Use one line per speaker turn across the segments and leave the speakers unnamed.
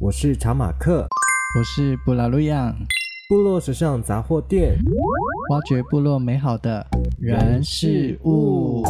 我是查马克，
我是布拉路漾，
部落时尚杂货店。
挖掘部落美好的人事物。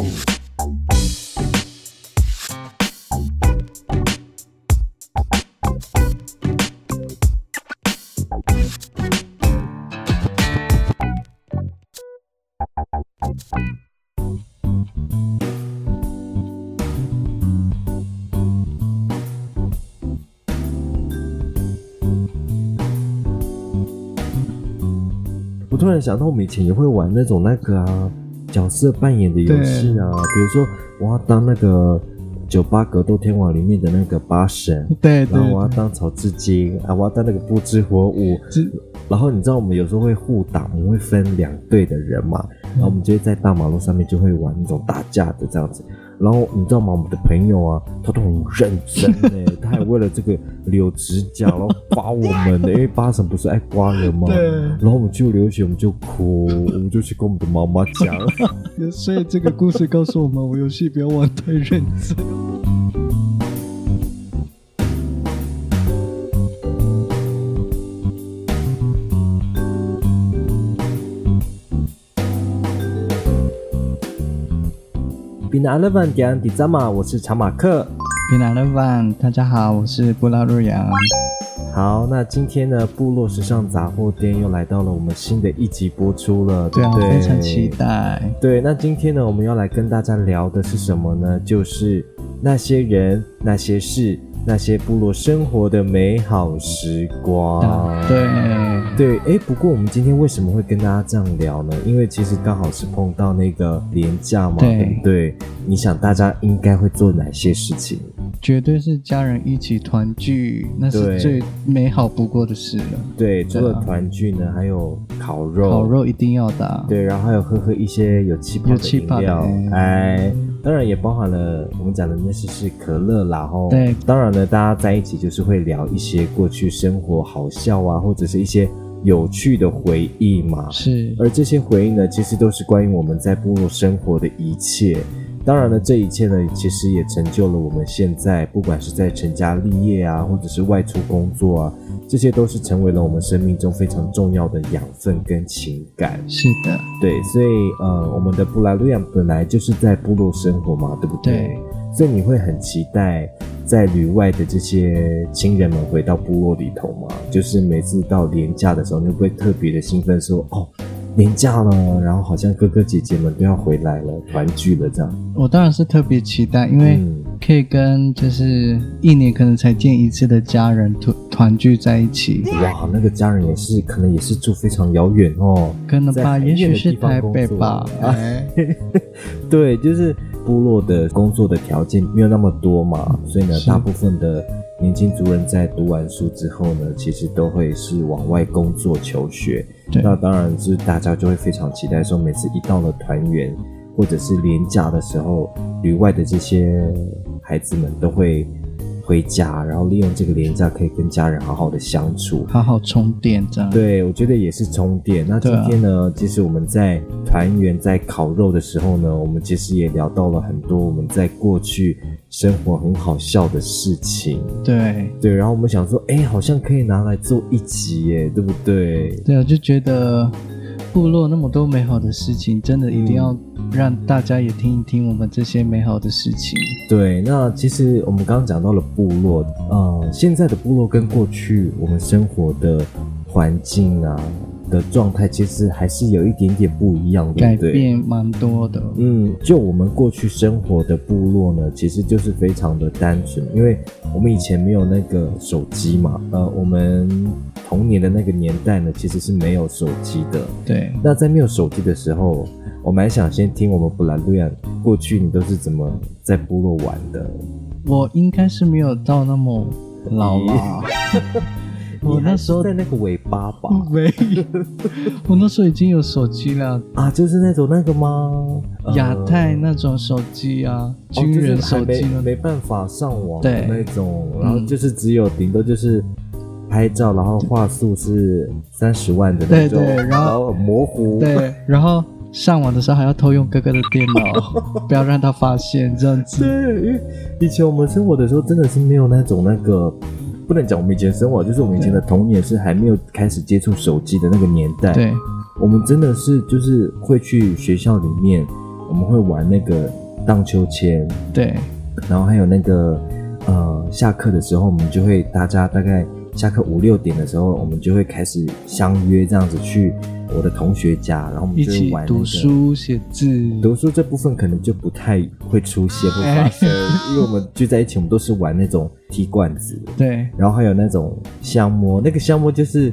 我突然想到，我们以前也会玩那种那个啊角色扮演的游戏啊，比如说我要当那个酒吧格斗天王里面的那个八神，
对对
然后我要
对，
当草字经啊，我要当那个不知火舞。
只
然后你知道我们有时候会互打，我们会分两队的人嘛，
嗯
然后我们就会在大马路上面就会玩那种打架的这样子。然后你知道吗？我们的朋友啊，他都很认真哎、 他还为了这个留指甲，然后刮我们的，因为八神不是爱刮人吗？
对，
然后我们就流血，我们就哭，我们就去跟我们的妈妈 讲。
所以这个故事告诉我们，玩游戏不要玩太认真。
b i n a l e v a n d i a n d i z a m a 我是查马克。
平南的饭，大家好，我是布拉路漾。
好，那今天呢，部落时尚杂货店又来到了我们新的一集播出了，
对啊，
不对？
非常期待。
对，那今天呢，我们要来跟大家聊的是什么呢？就是那些人、那些事、那些部落生活的美好时光。
啊对。
对，哎，不过我们今天为什么会跟大家这样聊呢？因为其实刚好是碰到那个廉假嘛，
对
对不对？你想大家应该会做哪些事情？
绝对是家人一起团聚，那
对
是最美好不过的事了。
对，除了
对啊
团聚呢，还有烤肉，
烤肉一定要的啊、
对，然后还有喝喝一些有气泡
有
的
气
饮
泡的
料，
嗯
哎，当然也包含了我们讲的那些是可乐啦，吼。
对
当然呢，大家在一起就是会聊一些过去生活好笑啊，或者是一些有趣的回忆嘛。
是
而这些回忆呢，其实都是关于我们在部落生活的一切。当然了，这一切呢，其实也成就了我们现在，不管是在成家立业啊，或者是外出工作啊，这些都是成为了我们生命中非常重要的养分跟情感。
是的，
对，所以呃，我们的布拉路漾本来就是在部落生活嘛，对不对？所以你会很期待在旅外的这些亲人们回到部落里头嘛？就是每次到年假的时候，你会不会特别的兴奋说，哦，年假了，然后好像哥哥姐姐们都要回来了，团聚了这样？
我当然是特别期待，因为
嗯，
可以跟就是一年可能才见一次的家人团团聚在一起，
哇，那个家人也是，可能也是住非常遥远哦。
可能
在
吧，
很
也
远
许
的
是
地方
台
工
北
作
吧，
啊
哎
对，就是部落的工作的条件没有那么多嘛，所以呢，
嗯是
大部分的年轻族人在读完书之后呢，其实都会是往外工作求学。
对
那当然就是大家就会非常期待说，每次一到了团圆或者是年假的时候，旅外的这些孩子们都会回家，然后利用这个年假可以跟家人好好的相处。
好好充电这样。
对，我觉得也是充电。那今
对啊
天呢，其实我们在团圆、在烤肉的时候呢，我们其实也聊到了很多我们在过去生活很好笑的事情。
对
对，然后我们想说，哎，好像可以拿来做一集耶，对不对？
对，我就觉得部落那么多美好的事情，真的一定要让大家也听一听我们这些美好的事情。
对，那其实我们刚刚讲到了部落，呃，现在的部落跟过去我们生活的环境啊的状态，其实还是有一点点不一样，对
改
不对？
变蛮多的。
嗯，就我们过去生活的部落呢，其实就是非常的单纯，因为我们以前没有那个手机嘛，呃，我们童年的那个年代呢，其实是没有手机的。
对，
那在没有手机的时候，我蛮想先听我们布兰路亚过去你都是怎么在部落玩的？
我应该是没有到那么老 啦。我
你还
哦那时候嗯
是在那个尾巴吧，
没有， 我那时候已经有手机了，
啊，就是那种那个吗？呃
亚太那种手机啊，
哦
军人手
就是还
机
没
那种。
没办法上网的
对
那种，然后
嗯
就是只有顶多就是拍照，然后画素是三十万的那种，
对对然后
后很模糊，
对，然后上网的时候还要偷用哥哥的电 脑，不要让他发现这样子。
对，因为以前我们生活的时候真的是没有那种那个不能讲我们以前生活，就是我们以前的童年是还没有开始接触手机的那个年代。
对，
我们真的是就是会去学校里面，我们会玩那个荡秋千，
对，
然后还有那个呃，下课的时候我们就会大家大概下课五六点的时候，我们就会开始相约这样子去我的同学家，然后我们
一
就会
起
玩、那个、
读。书写字，
读书这部分可能就不太会出现会发生，因为我们聚在一起，我们都是玩那种踢罐子，
对，
然后还有那种香摸，那个香摸就是，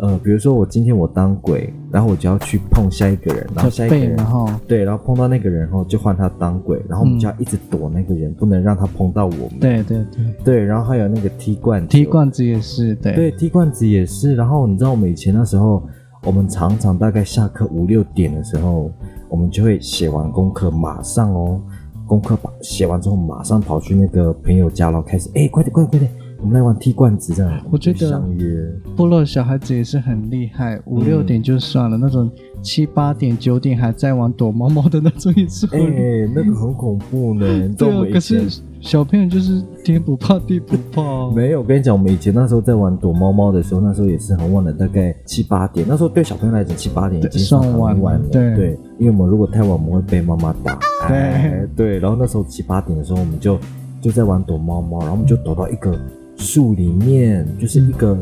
呃，比如说我今天我当鬼，然后我就要去碰下一个人，然后下
叫
一个
背
人
嘛，哈，
对，然后碰到那个人后就换他当鬼，然后我们就要一直躲那个人，不能让他碰到我们。
对对对，
对，然后还有那个踢罐
踢
球，
罐子也是，对，
对，踢罐子也是。然后你知道我们以前那时候，我们常常大概下课五六点的时候，我们就会写完功课，马上哦，功课把写完之后，马上跑去那个朋友家，然后开始，哎，快点，快点，快点，我们来玩踢罐子这样。
我觉得
就相约，
部落小孩子也是很厉害，五
嗯
六点就算了，那种七八点、九点还在玩躲猫猫的那种也是
哎
很厉害。，
那个很恐怖呢。你知道
对
我
啊
们，以
可
前
是小朋友就是天不怕地不怕、哦，
没有，我跟你讲，我们以前那时候在玩躲猫猫的时候，那时候也是很晚的，大概七八点。那时候对小朋友来讲，七八点已经算很晚
算晚
了
了。对
因为我们如果太晚，我们会被妈妈打。
对
哎对，然后那时候七八点的时候，我们就就在玩躲猫猫，然后我们就躲到一个树里面，就是一个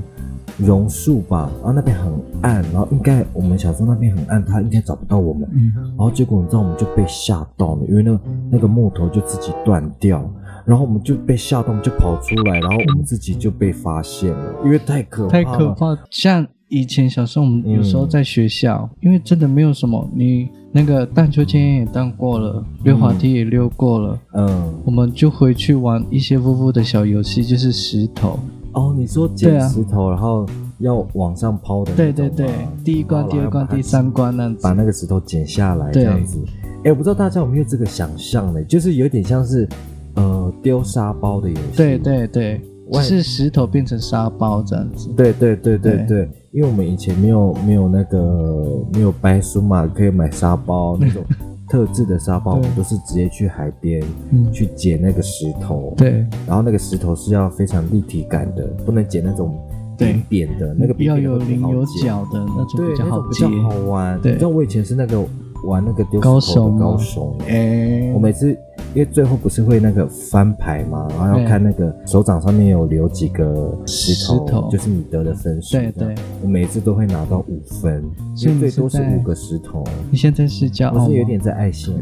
榕树吧，然后那边很暗，然后应该我们小时候那边很暗，他应该找不到我们。
嗯，
然后结果你知道我们就被吓到了，因为那个那个木头就自己断掉，然后我们就被吓到，我们就跑出来，然后我们自己就被发现了，因为太可怕
太
了，
可怕。像以前小时候，我们有时候在学校，
嗯
因为真的没有什么，你那个荡秋千也荡过了，溜滑梯也溜过了，
嗯，
我们就回去玩一些夫妇的小游戏，就是石头。
哦，你说
对
捡
啊
石头，然后要往上抛的
对
那
对
种吗，
对，第一关、
然后
第二关、
把它
第三关那样
把
子。
那个石头剪下来这
对
样子。哎，我不知道大家有没有这个想象呢，就是有点像是呃丢沙包的游戏，
对对对，
我
只
也
是石头变成沙包这样子。
对对对对
对
对，因为我们以前没有没有那个没有白书嘛，可以买沙包那 种特制的沙包，我们
对
都是直接去海边
嗯，
去捡那个石头，
对
然后那个石头是要非常立体感的，不能捡那种
对
扁扁的，那个扁
要
扁的
有
会比
棱
较
有
好捡，
角的那种
对，
比较
那
好
种比
接
较。好玩。
对
你知道我以前是那个玩那个丢
高
石头
手
的
吗
高手呢，
哎
我每次因为最后不是会那个翻牌嘛，然后
对
要看那个手掌上面有留几个石头，
石头
就是你得的分数。
对对，
我每次都会拿到五分，
所以
因为
你
最多是
是在
五个石头。
你现在是骄
我
傲
是有
吗？
点在爱 心，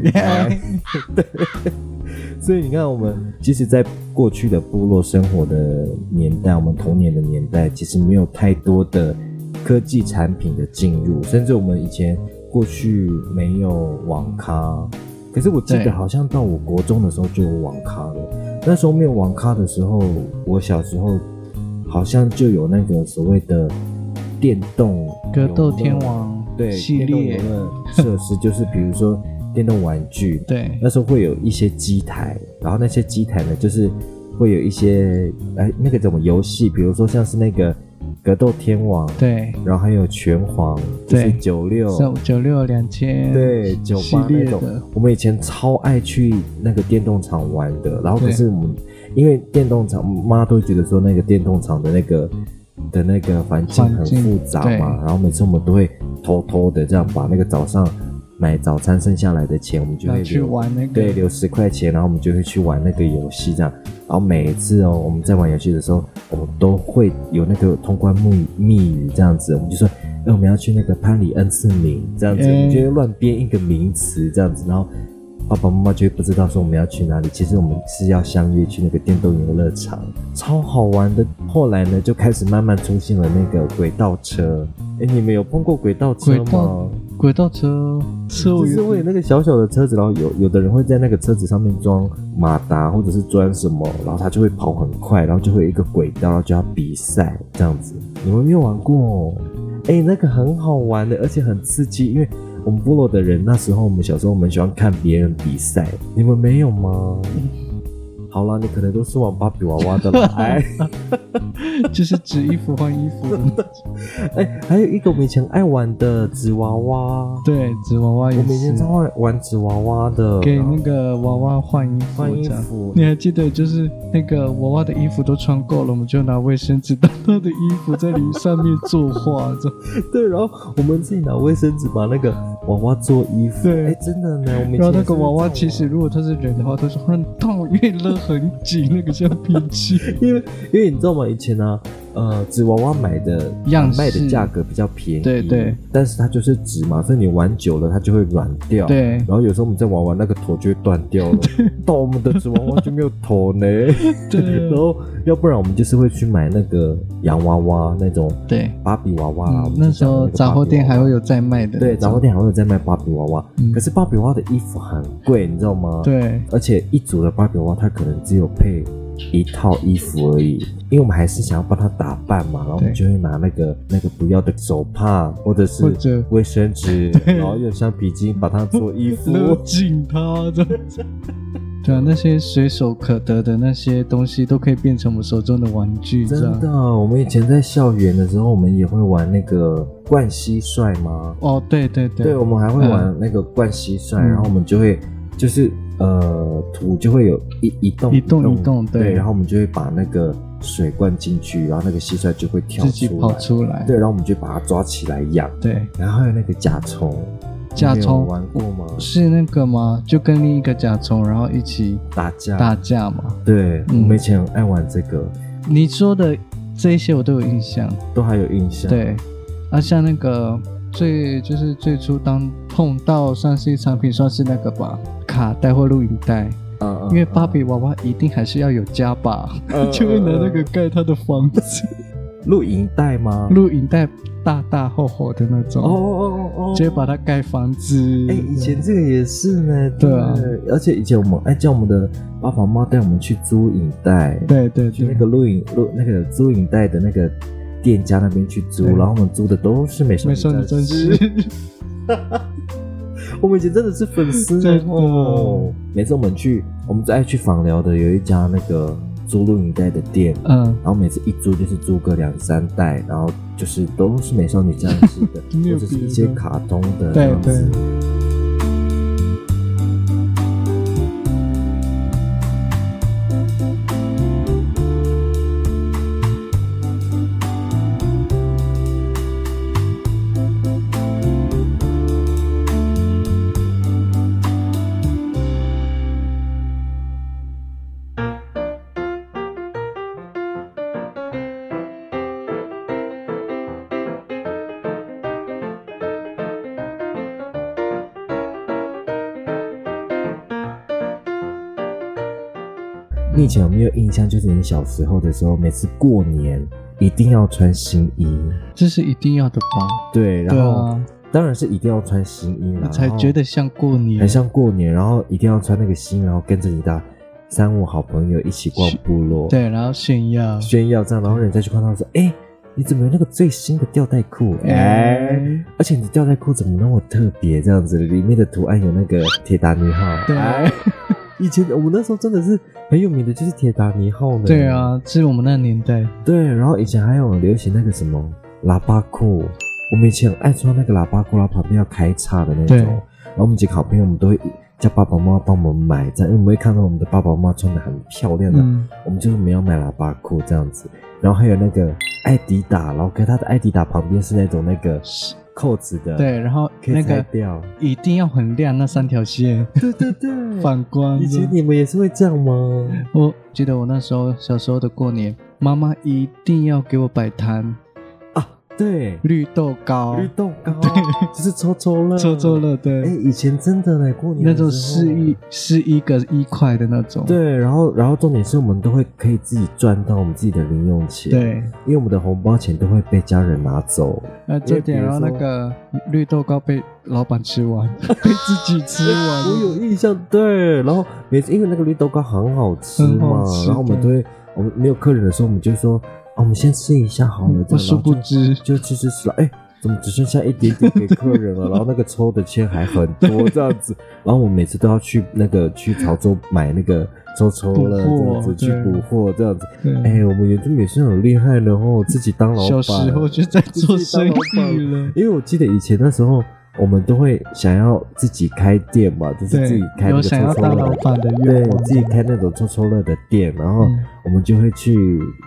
对， 所以你看，我们其实，在过去的部落生活的年代，我们童年的年代，其实没有太多的科技产品的进入，甚至我们以前过去没有网咖，可是我记
对
得好像到我国中的时候就有网咖了。那时候没有网咖的时候，我小时候好像就有那个所谓的电动
哦格斗
游乐
天王
对
系
电动游
列，
乐设施，就是比如说电动玩具，
对
那时候会有一些机台，然后那些机台呢，就是会有一些哎那个怎么游戏，比如说像是那个格斗天王，
对，
然后还有拳皇，就是
对
九六。
九九六两千，
对，酒
系
吧那
列
种
的，
我们以前超爱去那个电动场玩的。然后可
对
是我们，因为电动场，妈都会觉得说那个电动场的那个的那个环境
环
很
境
复杂
对
嘛，然后每次我们都会偷偷的这样把那个早上买早餐剩下来的钱，我们就
然
会
后去
留
玩那
对，
个，
留十块钱，然后我们就会去玩那个游戏，这样。然后每次哦，我们在玩游戏的时候，我们都会有那个通关密密语这样子，我们就说，哎、我们要去那个潘里恩寺林这样子，
哎
我们就会乱编一个名词这样子，然后爸爸妈妈就会不知道说我们要去哪里，其实我们是要相约去那个电动游乐场，超好玩的。后来呢，就开始慢慢出现了那个轨道车。哎，你们有碰过轨道车
轨
吗
道？轨道车，车我
就是
有
为了那个小小的车子，然后有有的人会在那个车子上面装马达或者是装什么，然后他就会跑很快，然后就会有一个轨道，然后就要比赛这样子。你们没有玩过、哦？哎、那个很好玩的，而且很刺激，因为我们部落的人那时候，我们小时候我们喜欢看别人比赛，你们没有吗？好啦，你可能都是玩芭比娃娃的 啦。哎
就是指衣服换衣服的那种。
哎，还有一个我们以前爱玩的纸娃娃，
对，纸娃娃
我
也
们以前
是
超爱玩纸娃娃的，
给那个娃娃换衣服
换衣
这样。
服
你。还记得，就是那个娃娃的衣服都穿够了，我们就拿卫生纸 当他的衣服在里上面作画，这样
对，然后我们自己拿卫生纸把那个娃娃做衣服。
对
哎，真的呢，我们以前
然后那
也是
个娃娃
这样哦
其实如果他是人的话，他说很痛，因为勒很紧，那个橡皮 筋。
因为因为你知道吗？以前呢、呃，纸娃娃买的呃
样式
卖的价格比较便宜，
对对，
但是它就是纸嘛，所以你玩久了它就会软掉，。
对，
然后有时候我们在玩玩那个头就会断掉 了，到我们的纸娃娃就没有头呢。
对
然后要不然我们就是会去买那个洋娃娃那种
对，
芭比娃娃啊啦。我
嗯，
们
那
就
时
讲的
候
个
杂货店
芭比
还
娃娃
会有在卖的那种。
对杂货店还会有在卖芭比娃娃，
嗯
可是芭比娃娃的衣服很贵，你知道吗？
对
而且一组的芭比娃娃，它可能只有配一套衣服而已，因为我们还是想要帮它打扮嘛，然后我们就会拿那个那个不要的手帕或者是
或者
卫生纸，然后用橡皮筋把它做衣 服。
勒紧它这样 子。对啊，那些随手可得的那些东西都可以变成我们手中的玩具，这
真
样。
的，我们以前在校园的时候，我们也会玩那个冠蟋蟀吗？
哦，对对对，
对，我们还会玩那个灌蟋蟀，
嗯
然后我们就会就是呃土就会有一一栋
一栋一栋
对
对
然后我们就会把那个水灌进去，然后那个蟋蟀就会跳
自己
出
跑
来，
出来。
对，然后我们就把它抓起来养，
对，
然后还有那个甲虫，
甲
你有
虫
玩过吗？
是那个吗？就跟另一个甲虫，然后一起
打架，
打架嘛。
对、
嗯
我们以前很爱玩这个，
你说的这一些我都有印象。
都还有印象，，
对，啊，像那个最就是最初当碰到上 C 产品，算是那个吧，卡带或录影带，
嗯嗯，
因为芭比娃娃一定还是要有家吧，
嗯
就会拿那
嗯
个
嗯
盖她的房子，
录影带吗？
录影带大大厚厚的那种，
嗯哦哦哦哦哦，
直接把它盖房子。
哎、以前这个也是呢，
嗯对啊
而且以前我们哎叫我们的爸爸妈妈带我们去租影带，
对对
去
对，
那个录影录那个租影带的那个店家那边去租，
对
然后我们租的都是美少
美少女
战
战士。
我们以前真的是粉丝
真的
哦。每次我们去，我们最爱去访寮的有一家那个租录影带的店，
嗯，
然后每次一租就是租个两三袋，然后就是都是美少女战士的，
没有
或者是
别
一些
的
卡通的这
对
样子。你以前有没有印象？就是你小时候的时候，每次过年一定要穿新衣，
这是一定要的吧？
对，然
对
后、
啊，
当然是一定要穿新衣啦，
才觉得像过
然后
年
很。像过年，然后一定要穿那个新，然后跟着你的三五好朋友一起逛部落，，
对，然后炫耀。
炫耀这样，然后人家就看到说，哎、你怎么有那个最新的吊带裤？哎、
哎，
而且你吊带裤怎么那么特别？这样子，里面的图案有那个铁达尼号。
对
哎以前我们那时候真的是很有名的，就是铁达尼号呢。
对啊，是我们那年代。
对，然后以前还有流行那个什么喇叭裤，我们以前很爱穿那个喇叭裤，然后旁边要开叉的那种。
对
然后我们几个好朋友，我们都会叫爸爸妈妈帮我们买，这样因为我们会看到我们的爸爸妈妈穿的很漂亮的，
嗯，
我们就是没有买喇叭裤这样子。然后还有那个艾迪达，然后可是它的艾迪达旁边是那种那个
是
扣子的，，
对，然后
可以
那
拆
个
掉。
一定要很亮，那三条线
对对 对，
反光的。
以前你们也是会这样吗？
我记得我那时候小时候的过年，妈妈一定要给我摆摊
啊，对，
绿豆糕、
绿豆糕
对，
就是抽抽乐，
周周乐，对，
哎、以前真的嘞，过年的
那种
时候
是一是一个一块的那种，
哦对，然后然后重点是我们都会可以自己赚到我们自己的零用钱，，
对，
因为我们的红包钱都会被家人拿走，
那这点，
因为比如
然后那
说
个绿豆糕被老板 吃完，被自己吃完，
我有印象，对，然后每次因为那个绿豆糕很好吃
很
嘛
好，吃
然后我们
对
都会，我们没有客人的时候，我们就说，啊，我们先吃一下好了，这样
嗯我殊不，知
然后就就吃吃吃，哎、怎么只剩下一点点给客人了？然后那个抽的签还很多这样子，然后我每次都要去那个去潮州买那个抽抽了
补
这
货
样子，去
对
补货这样子。
对，
哎，我们原住民也是很厉害的哦，自己当老
小
板。
时候就在做生意了，
因为我记得以前那时候，我们都会想要自己开店嘛，就是自己开那
有
个
想要
抽抽
当老
乐，
板的
对哦
愿望，
自己开那种抽抽乐的店，然后
嗯
我们就会去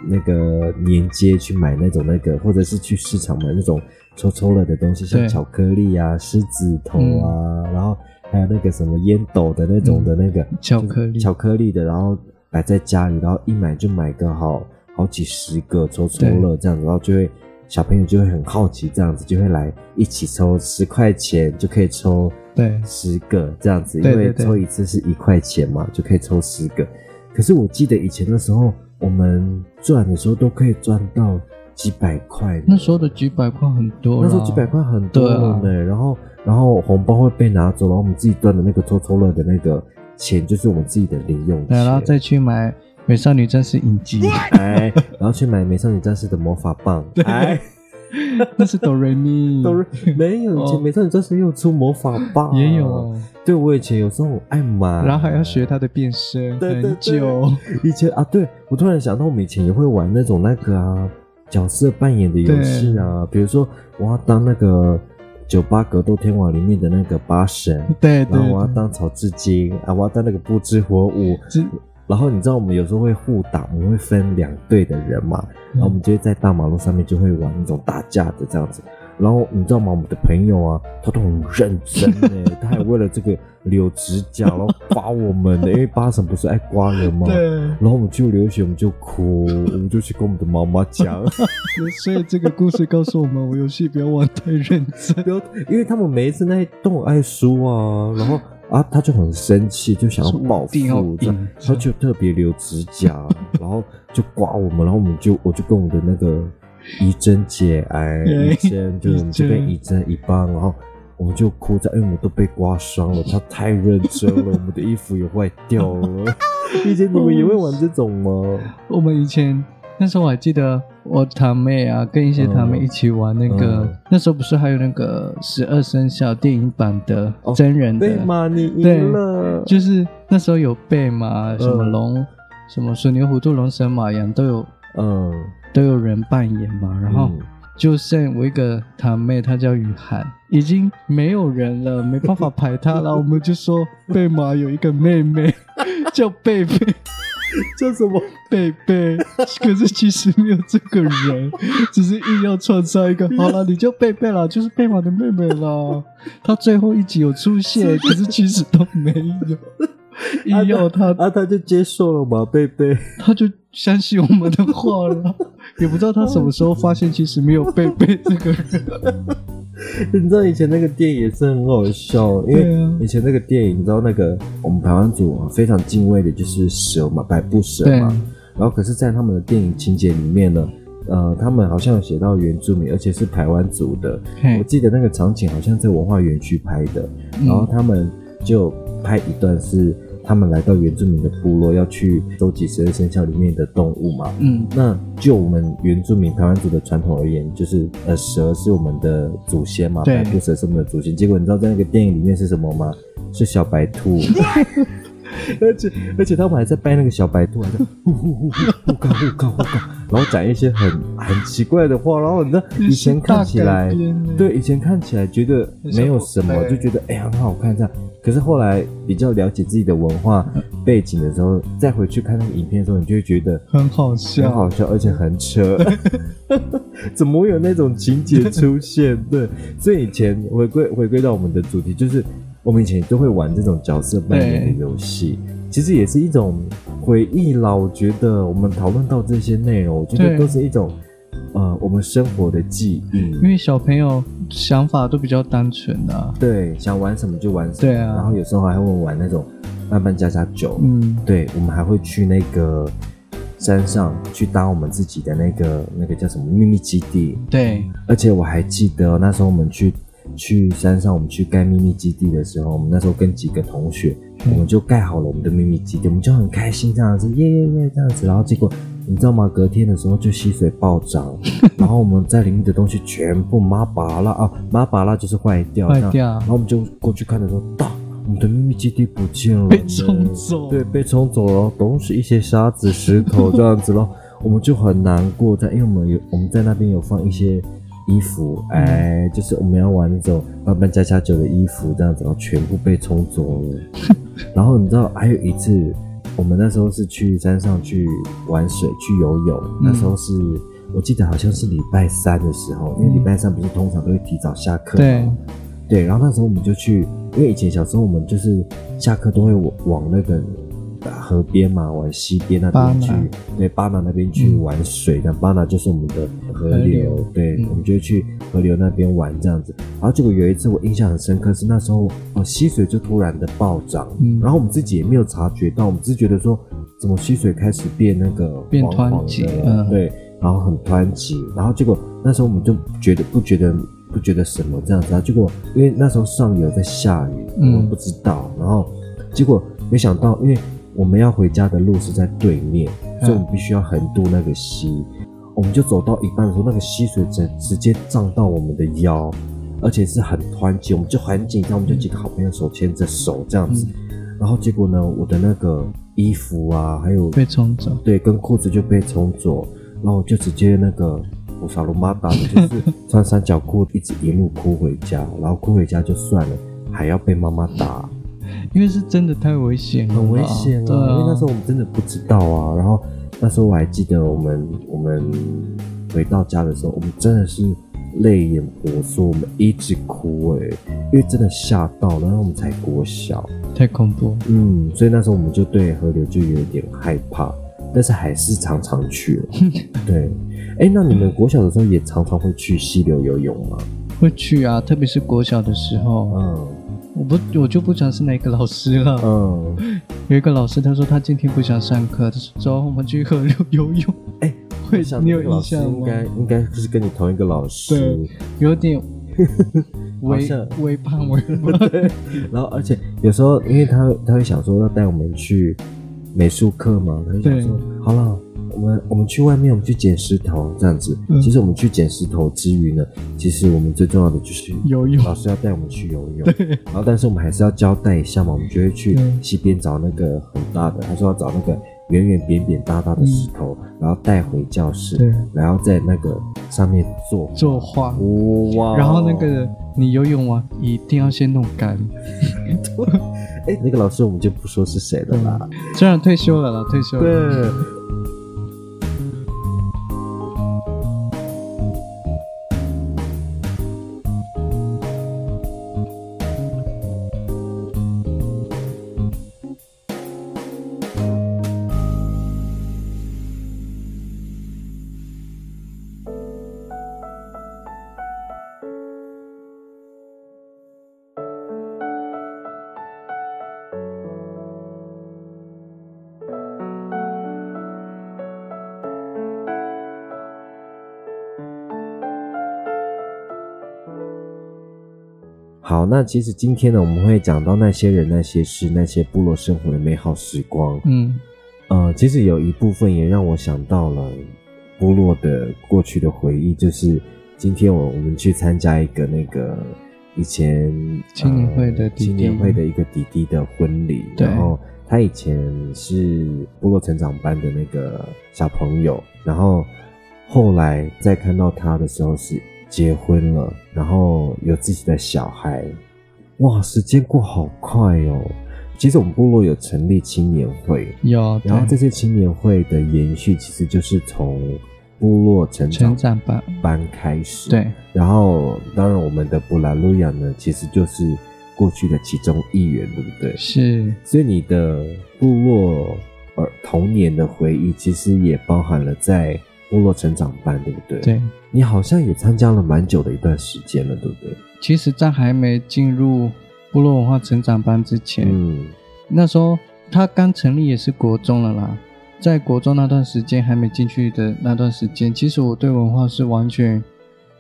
那个沿街去买那种那个，或者是去市场买那种抽抽乐的东西，像
对嗯
巧克力啊、狮子头啊，然后还有那个什么烟斗的那种的那个、
巧克力
巧克力的，然后摆在家里，然后一买就买个好好几十个抽抽乐这样子，然后就会小朋友就会很好奇这样子，就会来一起抽，十块钱就可以抽
对
十个这样子，因
对对
为
对
抽一次是一块钱嘛，就可以抽十个。可是我记得以前的时候，我们赚的时候都可以赚到几百块呢，
那时候的几百块很多啦，
那时候几百块很多了呢、
对啊
然后，然后红包会被拿走，然后我们自己赚的那个抽抽乐的那个钱，就是我们自己的零用
对，
钱。
然后再去买《美少女战士》影集，
哎，然后去买《美少女战士》的魔法 棒。哎，
那是哆瑞咪，
都是没有以前
哦
《美少女战士》又出魔法棒，
也有哦，
对我以前有时候很爱买，
然后还要学她的变身，
对对
很久，
以前啊，对我突然想到，我们以前也会玩那种那个啊角色扮演的游戏啊，比如说我要当那个酒吧格斗天王里面的那个八神，
对对
然后我要
对，
当草雉精啊，我要当那个不知火舞。
这
然后你知道我们有时候会互打，我们会分两队的人嘛，然后我们就会在大马路上面就会玩那种打架的这样子。然后你知道吗？我们的朋友啊，他都很认真呢，他还为了这个留指甲，然后刮我们欸的，因为八神不是爱刮人吗？
对。
然后我们去留学，我们就哭，我们就去跟我们的妈妈讲，
所以这个故事告诉我们，我游戏不要玩太认真。
不要，因为他们每一次那一都很爱输啊，然后啊，他就很生气，就想要报
一定要
复，这样
赢
他就特别留指甲，然后就刮我们，然后我们就我就跟我们的那个怡珍姐，哎，
对
怡珍， 就是我们这边
怡
怡珍一帮，然后。我们就哭着，哎因为我们都被刮伤了，他太认真了，我们的衣服也坏掉 了。以前你们也会玩这种吗？
我们以前那时候我还记得，我堂妹啊，跟一些堂妹一起玩那个，
嗯
那时候不是还有那个十二生肖电影版的、
哦
真人的
对嘛，你
对嗯
赢了，
就是那时候有背嘛，什么龙、什么鼠牛虎兔龙蛇马羊都有
嗯，
都有人扮演嘛，然后
嗯
就剩我一个堂妹，她叫雨涵，已经没有人了，没办法排她 了，我们就说贝马有一个妹妹 叫贝贝。
叫什么？
贝贝，可是其实没有这个人，只是硬要创造一个。好了，你就贝贝啦，就是贝玛的妹妹啦。她最后一集有出现，可是啊其实都没 有。硬要她，
啊，他就接受了嘛，贝贝。
她就相信我们的话了。 也不知道她什么时候发现，其实没有贝贝这个人。
你知道以前那个电影也是很好笑，因
嗯对啊
为以前那个电影，你知道那个我们台湾组啊非常敬畏的就是蛇嘛，百步蛇
对
嘛。然后可是，在他们的电影情节里面呢，呃，他们好像有写到原住民，而且是台湾族的。我
嘿，
记得那个场景好像在文化园区拍的，
嗯
然后他们就拍一段是他们来到原住民的部落，要去收集十二生肖里面的动物嘛。
嗯，
那就我们原住民台湾族的传统而言，就是呃蛇是我们的祖先嘛，
对
白兔蛇是我们的祖先。结果你知道在那个电影里面是什么吗？是小白兔。而且而且他们还在掰那个小白兔，还在呼呼呼呼呼高呼高呼高，然后讲一些很很奇怪的话，然后你知道以前看起来
大改编呢，
对，以前看起来觉得没有什么，
对
就觉得哎、很好看这样。可是后来比较了解自己的文化背景的时候，再回去看那个影片的时候，你就会觉得
很好
很
笑。
好笑，而且很 扯。怎么会有那种情节出现？对，所以以前回归回归到我们的主题，就是我们以前都会玩这种角色扮演的游戏，其实也是一种回忆啦。我觉得我们讨论到这些内容，我觉
对
得都是一种呃我们生活的记忆。
因为小朋友想法都比较单纯啊。
对，想玩什么就玩什么。
对啊
然后有时候还会玩那种慢慢加加酒。
嗯，
对，我们还会去那个山上去搭我们自己的那个那个叫什么秘密基地，
对，
而且我还记得那时候我们去去山上，我们去盖秘密基地的时候，我们那时候跟几个同学，
嗯
我们就盖好了我们的秘密基地，我们就很开心这样子，耶耶耶这样子，然后结果。你知道吗？隔天的时候就溪水暴涨， 然后我们在里面的东西全部麻拔了啊，麻拔了就是坏掉，
坏
这样
掉
然后我们就过去看的时候，大，我们的秘密基地不见了呢，
被冲走
对，被冲走了，都是一些沙子、石头这样子咯，我们就很难过，在因为我们有我们在那边有放一些。衣服，哎，就是我们要玩那种八班加加九的衣服，这样子，然后全部被冲走了。然后你知道还有一次，我们那时候是去山上去玩水去游泳，那时候是我记得好像是礼拜三的时候，因为礼拜三不是通常都会提早下课嘛
对
对，然后那时候我们就去，因为以前小时候我们就是下课都会往往那个河边嘛，往西边那边去
巴拿，
对，巴拿那边去玩水的，巴拿就是我们的河
河
流，
流
对，
嗯
我们就会去河流那边玩这样子。然后结果有一次我印象很深刻，是那时候哦溪水就突然的暴涨，
嗯
然后我们自己也没有察觉到，我们只是觉得说怎么溪水开始变那个
变
黄黄
湍急
的
嗯
对，然后很湍急，然后结果那时候我们就觉得不觉得不觉得什么这样子，啊然后结果因为那时候上游在下雨，我
嗯
们不知道，然后结果没想到，因为我们要回家的路是在对面，
嗯
所以我们必须要横渡那个溪，我们就走到一半的时候，那个溪水直直接涨到我们的腰。而且是很湍急，我们就很紧张，我们就几个好朋友手牵着手这样子，
嗯
然后结果呢，我的那个衣服啊，还有
被冲走，
对，跟裤子就被冲走，然后我就直接那个我小龙妈打 的，就是穿三角裤，一直一路哭回家，然后哭回家就算了，还要被妈妈打，
因为是真的太危险了啦，
很危险
对啊，
因为那时候我们真的不知道啊。然后那时候我还记得我们我们回到家的时候，我们真的是泪眼婆娑，我们一直哭诶、因为真的吓到，然后我们才国小。
太恐怖，
嗯，所以那时候我们就对河流就有点害怕，但是还是常常 去。哦对，哎、那你们国小的时候也常常会去溪流游泳吗？
会去啊，特别是国小的时候，
嗯
我不我就不讲是哪个老师了，
嗯，
有一个老师，他说他今天不想上课，他说走，我们去河 流游泳。
哎
会
我想
你
那
有
个老
印
师
象
应
吗？
该应该是跟你同一个老师
对，有点微
像
微胖微胖。
然后而且有时候因为他他会想说要带我们去美术课嘛，他就想说好了。我们我们去外面，我们去捡石头这样子。
嗯
其实我们去捡石头之余呢，其实我们最重要的就是
游 泳
老师要带我们去游泳，然后但是我们还是要交代一下嘛，我们就会去
对
溪边找那个很大的，他说要找那个圆圆扁扁大大的石头，然后带回教室
嗯对，
然后在那个上面做
作画，
哇，
然后那个你游泳完一定要先弄干。
哎那个老师我们就不说是谁了啦，
虽然退休了啦，退休了。
对。好，那其实今天呢，我们会讲到那些人、那些事、那些部落生活的美好时光。
嗯，
呃，其实有一部分也让我想到了部落的过去的回忆，就是今天我我们去参加一个那个以前
青年会的
呃
弟弟
青年会的一个弟弟的婚礼，
对
然后他以前是部落成长班的那个小朋友，然后后来再看到他的时候是结婚了，然后有自己的小孩，哇，时间过好快哦。其实我们部落有成立青年会，
有。对
然后这些青年会的延续，其实就是从部落成长
成长吧，
班开始。，
对，
然后当然我们的布拉路亚呢，其实就是过去的其中一员，对不对？
是
所以你的部落呃童年的回忆，其实也包含了在部落成长班，对不对？，
对。
你好像也参加了蛮久的一段时间了，对不对？
其实，在还没进入部落文化成长班之前，
嗯
那时候他刚成立也是国中了啦，在国中那段时间还没进去的那段时间，其实我对文化是完全，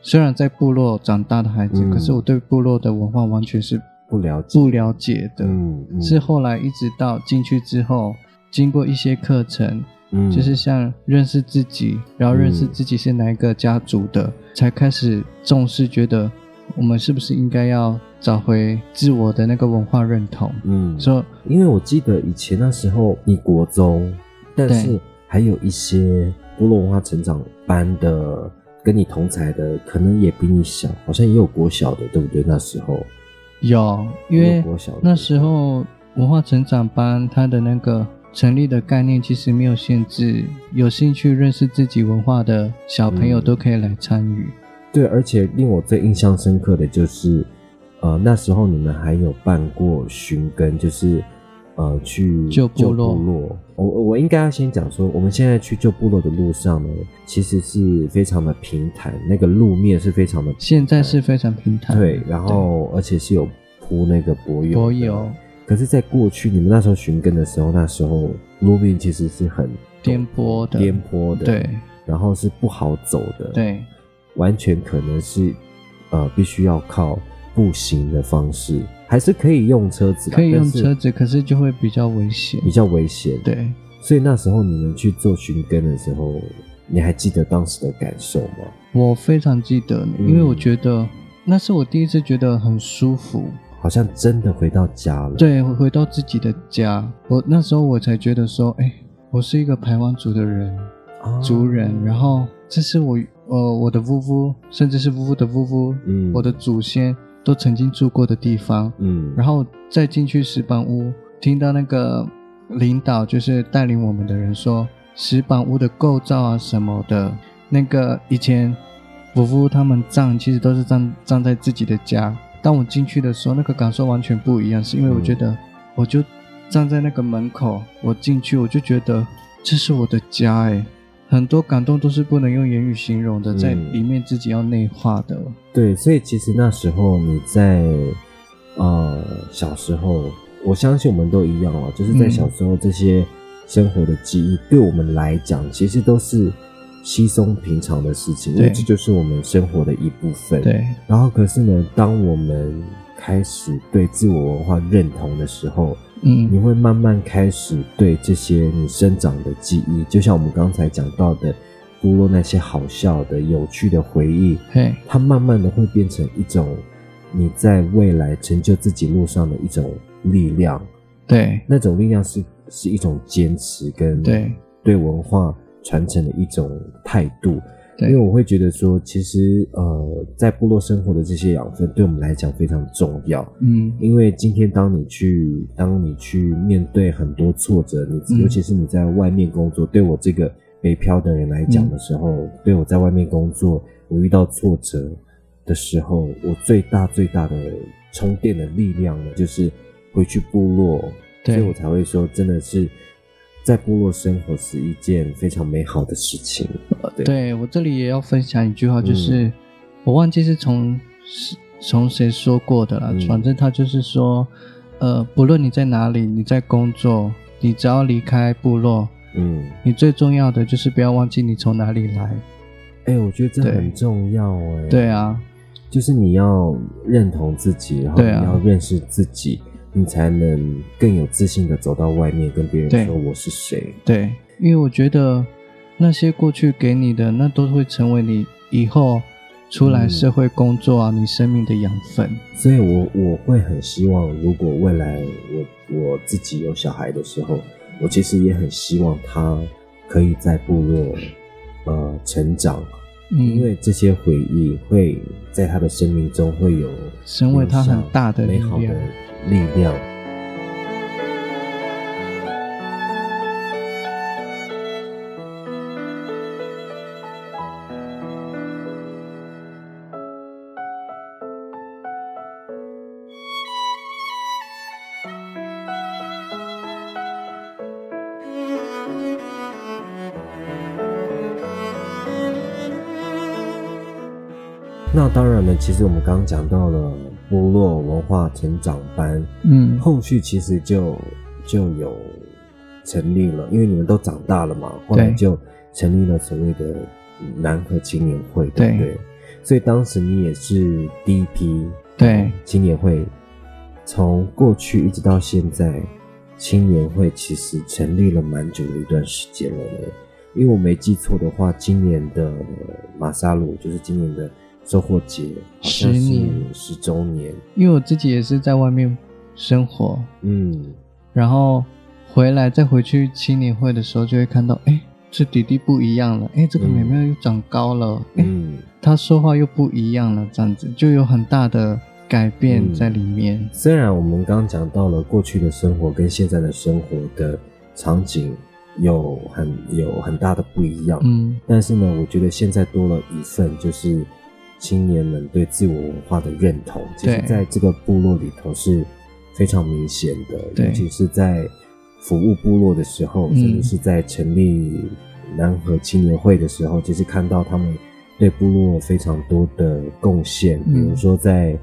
虽然在部落长大的孩子，
嗯
可是我对部落的文化完全是
不了解
不了解的，
嗯嗯
是后来一直到进去之后，经过一些课程，
嗯
就是像认识自己，然后认识自己是哪一个家族的，才开始重视，觉得我们是不是应该要找回自我的那个文化认同。
嗯，
说
因为我记得以前那时候你国中，但是还有一些部落文化成长班的，跟你同才的，可能也比你小，好像也有国小的，对不对？那时候
有，因
也
为
有国小的，
那时候文化成长班它的那个成立的概念其实没有限制，有兴趣认识自己文化的小朋友
嗯
都可以来参与。
对，而且令我最印象深刻的就是，呃，那时候你们还有办过寻根，就是呃去
旧部
旧
落
落我我应该要先讲说，我们现在去旧部落的路上呢，其实是非常的平坦，那个路面是非常的
现在是非常平坦，
对，然后而且是有铺那个柏油的
柏油。
可是，在过去你们那时候寻根的时候，那时候路面其实是很
颠簸的，
颠簸的，，
对
然后是不好走的，，
对
完全可能是呃必须要靠步行的方式，还是可以用车子啦，
可以用
但是
车子，可是就会比较危险。
比较危险，。
对，
所以那时候你们去做寻根的时候，你还记得当时的感受吗？
我非常记得你，
嗯
因为我觉得那是我第一次觉得很舒服。
好像真的回到家了，，
对，我回到自己的家，我那时候我才觉得说，哎，我是一个排湾族的人，
啊
族人，然后这是我呃我的夫夫，甚至是夫夫的夫夫，
嗯
我的祖先都曾经住过的地方。
嗯，
然后再进去石板屋，听到那个领导就是带领我们的人说，石板屋的构造啊什么的，那个以前伯父他们葬其实都是葬葬在自己的家。当我进去的时候，那个感受完全不一样，是因为我觉
嗯
得我就站在那个门口，我进去我就觉得这是我的家哎、很多感动都是不能用言语形容的，在
嗯
里面自己要内化的。
对，所以其实那时候你在呃小时候，我相信我们都一样了，就是在
嗯
小时候这些生活的记忆，对我们来讲，其实都是稀松平常的事情，因为
对
这就是我们生活的一部分。，
对
然后可是呢，当我们开始对自我文化认同的时候，你
嗯，
会慢慢开始对这些你生长的记忆，就像我们刚才讲到的，部落那些好笑的、有趣的回忆，
嘿，
它慢慢的会变成一种你在未来成就自己路上的一种力量，
对
那种力量是是一种坚持跟
对
对文化传承的一种态度。因
对
为我会觉得说，其实呃，在部落生活的这些养分对我们来讲非常重要。
嗯，
因为今天当你去当你去面对很多挫折，你、
嗯
尤其是你在外面工作，对我这个北漂的人来讲的时候，
嗯
对我在外面工作，我遇到挫折的时候，我最大最大的充电的力量呢，就是回去部落，所
对
以我才会说，真的是在部落生活是一件非常美好的事情。对
对我这里也要分享一句话，就是、我忘记是从是从谁说过的了，
嗯
反正他就是说，呃，不论你在哪里，你在工作，你只要离开部落，
嗯，
你最重要的就是不要忘记你从哪里来。
哎、我觉得这
对
很重要哎、
对啊，
就是你要认同自己，然后你
对啊
要认识自己，你才能更有自信的走到外面，跟别人
对
说我是谁。
对，因为我觉得那些过去给你的，那都会成为你以后出来
嗯
社会工作啊，你生命的养分。
所以我我会很希望，如果未来我我自己有小孩的时候，我其实也很希望他可以在部落呃成长，因
嗯，
为这些回忆会在他的生命中会有
成为他很大的
美
力
好的
量。
力量。那当然了，其实我们刚刚讲到了部落文化成长班，
嗯，
后续其实就就有成立了，因为你们都长大了嘛，后来
对
就成立了所谓的南和青年会，对不对？
对
所以当时你也是第一批
对
青年会，从过去一直到现在，青年会其实成立了蛮久的一段时间了呢。因为我没记错的话，今年的马萨鲁就是今年的收获节，好像
十
是
年
十周年。
因为我自己也是在外面生活，
嗯，
然后回来再回去青年会的时候，就会看到，哎，这弟弟不一样了，哎，这个妹妹又长高了，哎、
嗯，
她说话又不一样了，这样子就有很大的改变在里 面。
虽然我们刚刚讲到了过去的生活跟现在的生活的场景有很有很大的不一样，
嗯，
但是呢，我觉得现在多了一份就是青年们对自我文化的认同，其实
对
在这个部落里头是非常明显的，
对
尤其是在服务部落的时候，
嗯
甚至是在成立南河青年会的时候，其实看到他们对部落非常多的贡献，
嗯
比如说在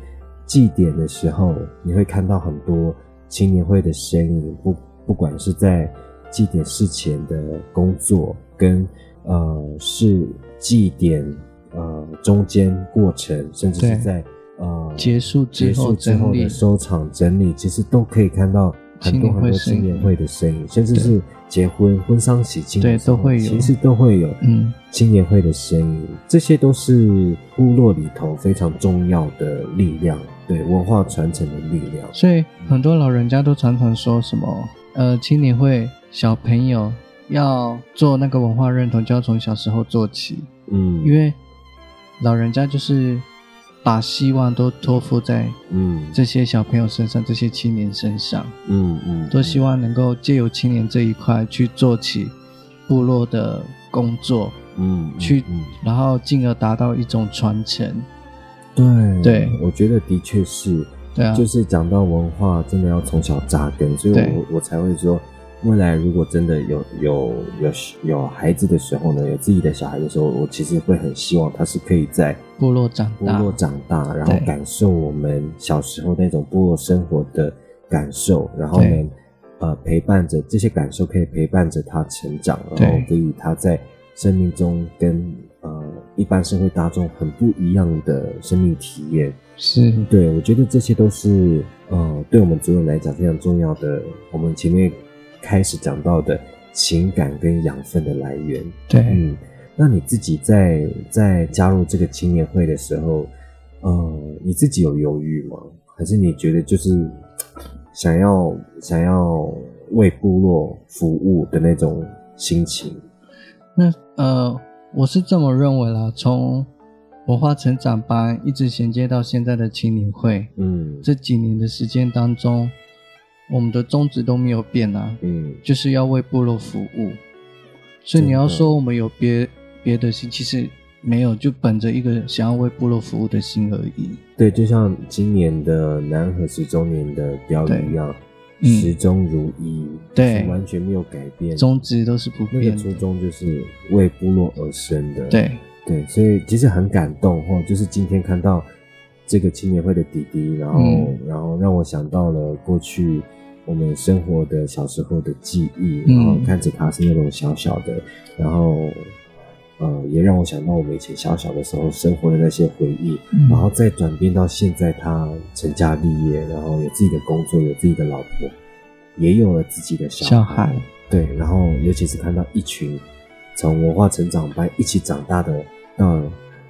祭典的时候，你会看到很多青年会的身影，不不管是在祭典事前的工作，跟呃是祭典呃中间过程，甚至是
对
在呃
结束
结
之
束
后
之
整
后
理
的，收场整理，其实都可以看到很
青
多
年
很
会
多
身
青
影
年会的身影，甚至是结婚、婚丧喜庆的
对
时候
都会有
其实都会有
嗯，
青年会的身影，这些都是部落里头非常重要的力量，对文化传承的力量。
所以很多老人家都常常说什么，呃，青年会小朋友要做那个文化认同，就要从小时候做起。
嗯，
因为老人家就是把希望都托付在
嗯
这些小朋友身上，这些青年身上，
嗯嗯，
都希望能够借由青年这一块去做起部落的工作，
嗯嗯
去
嗯
然后进而达到一种传承。
嗯对
对
我觉得的确是，
对啊，
就是讲到文化，真的要从小扎根，所以
对
我我才会说，未来如果真的有有有有孩子的时候呢，有自己的小孩的时候，我其实会很希望他是可以在
部落长
部
大，
落长大，然后
啊对
感受我们小时候那种部落生活的感受，然后呢
对，
呃，陪伴着这些感受，可以陪伴着他成长，然后
对
给予他在生命中跟呃一般社会大众很不一样的生命体验。
是
对，我觉得这些都是呃，对我们族人来讲非常重要的。我们前面开始讲到的情感跟养分的来源。
对。
嗯，那你自己在在加入这个青年会的时候，呃，你自己有犹豫吗？还是你觉得就是想要想要为部落服务的那种心情？
那呃，我是这么认为啦，从文化成长班一直衔接到现在的青年会，
嗯
这几年的时间当中，我们的宗旨都没有变啊，
嗯
就是要为部落服务。所以你要说我们有别别的心，其实没有，就本着一个想要为部落服务的心而已。
对，就像今年的南河十周年的标语一样，
对嗯
始终如一，
对
是完全没有改变。
宗旨都是不
那个
变
初
的。
衷就是为部落而生的，
对
对，所以其实很感动哦，就是今天看到这个青年会的弟弟，然后、
嗯
然后让我想到了过去我们生活的小时候的记忆，
嗯
然后看着他是那种小小的，然后呃也让我想到我们以前小小的时候生活的那些回忆，
嗯
然后再转变到现在，他成家立业，然后有自己的工作，有自己的老婆，也有了自己的小
小孩
对，然后尤其是看到一群从文化成长班一起长大的，到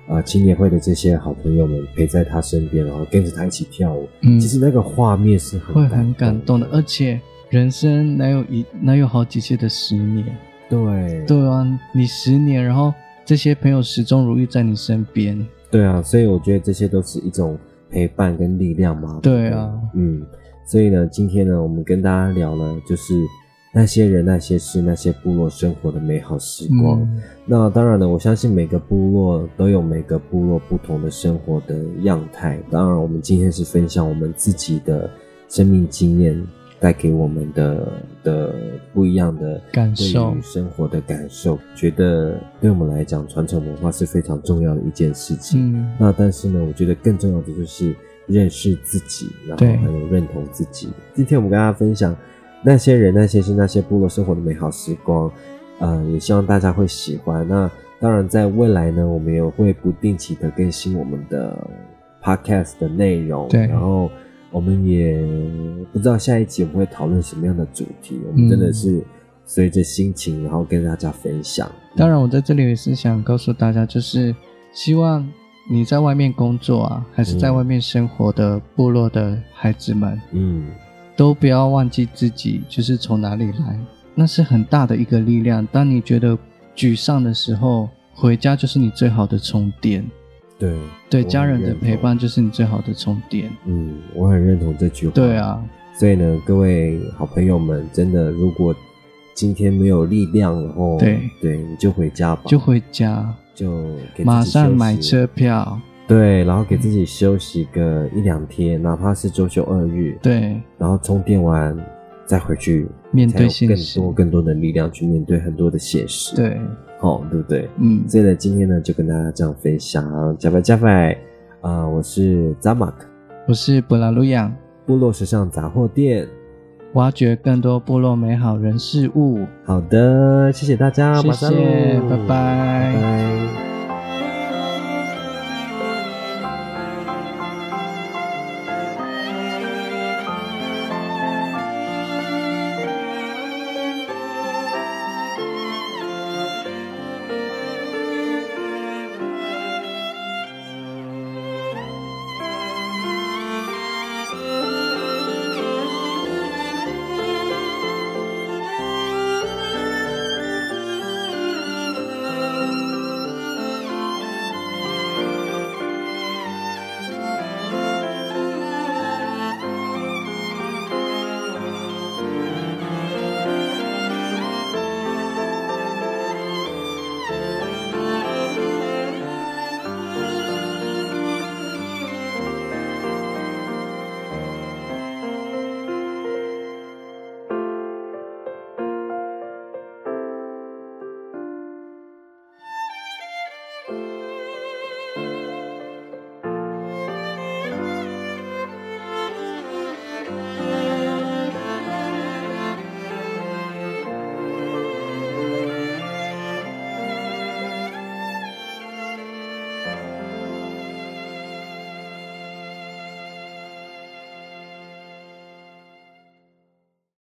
呃青年会的这些好朋友们陪在他身边，然后跟着他一起跳舞，
嗯
其实那个画面是很
会很感
动
动的，而且人生哪有一哪有好几次的十年？
对
对啊，你十年，然后这些朋友始终如一在你身边。
对啊，所以我觉得这些都是一种陪伴跟力量嘛。
对
不
啊，
嗯，所以呢，今天呢，我们跟大家聊了就是那些人、那些事、那些部落生活的美好时光。
嗯，
那当然了，我相信每个部落都有每个部落不同的生活的样态。当然，我们今天是分享我们自己的生命经验带给我们的的不一样的
感受
对于生活的感受。觉得对我们来讲，传承文化是非常重要的一件事情。
嗯，
那但是呢，我觉得更重要的就是认识自己，然后
对
还有认同自己。今天我们跟大家分享那些人、那些事、那些部落生活的美好时光，呃，也希望大家会喜欢。那当然，在未来呢，我们也会不定期的更新我们的 podcast 的内容，
对
然后。我们也不知道下一期我们会讨论什么样的主题，我
嗯
们真的是随着心情，然后跟大家分享。
当然，我在这里也是想告诉大家，就是希望你在外面工作啊，还是在外面生活的部落的孩子们，
嗯，
都不要忘记自己就是从哪里来，那是很大的一个力量。当你觉得沮丧的时候，回家就是你最好的充电。
对
对，
我很
家人的
认同
陪伴就是你最好的充电。
嗯，我很认同这句话。
对，啊，
所以呢，各位好朋友们，真的如果今天没有力量，然后
对
对，你就回家吧，
就回家，
就给自己
马上
休息
买车票。
对，然后给自己休息个一两天，哪怕是周休二日，
嗯对，
然后充电完再回去，
面对
才
现
有更
实
多更多的力量去面对很多的现实，，
对，
好、对不对？
嗯，
所以呢，今天呢就跟大家这样分享，加拜加拜，啊、我是扎马克，
我是布拉鲁扬，
部落时尚杂货店。
挖掘更多部落美好人事物。
好的，谢谢大家，
谢
马上
谢
录
拜拜
拜拜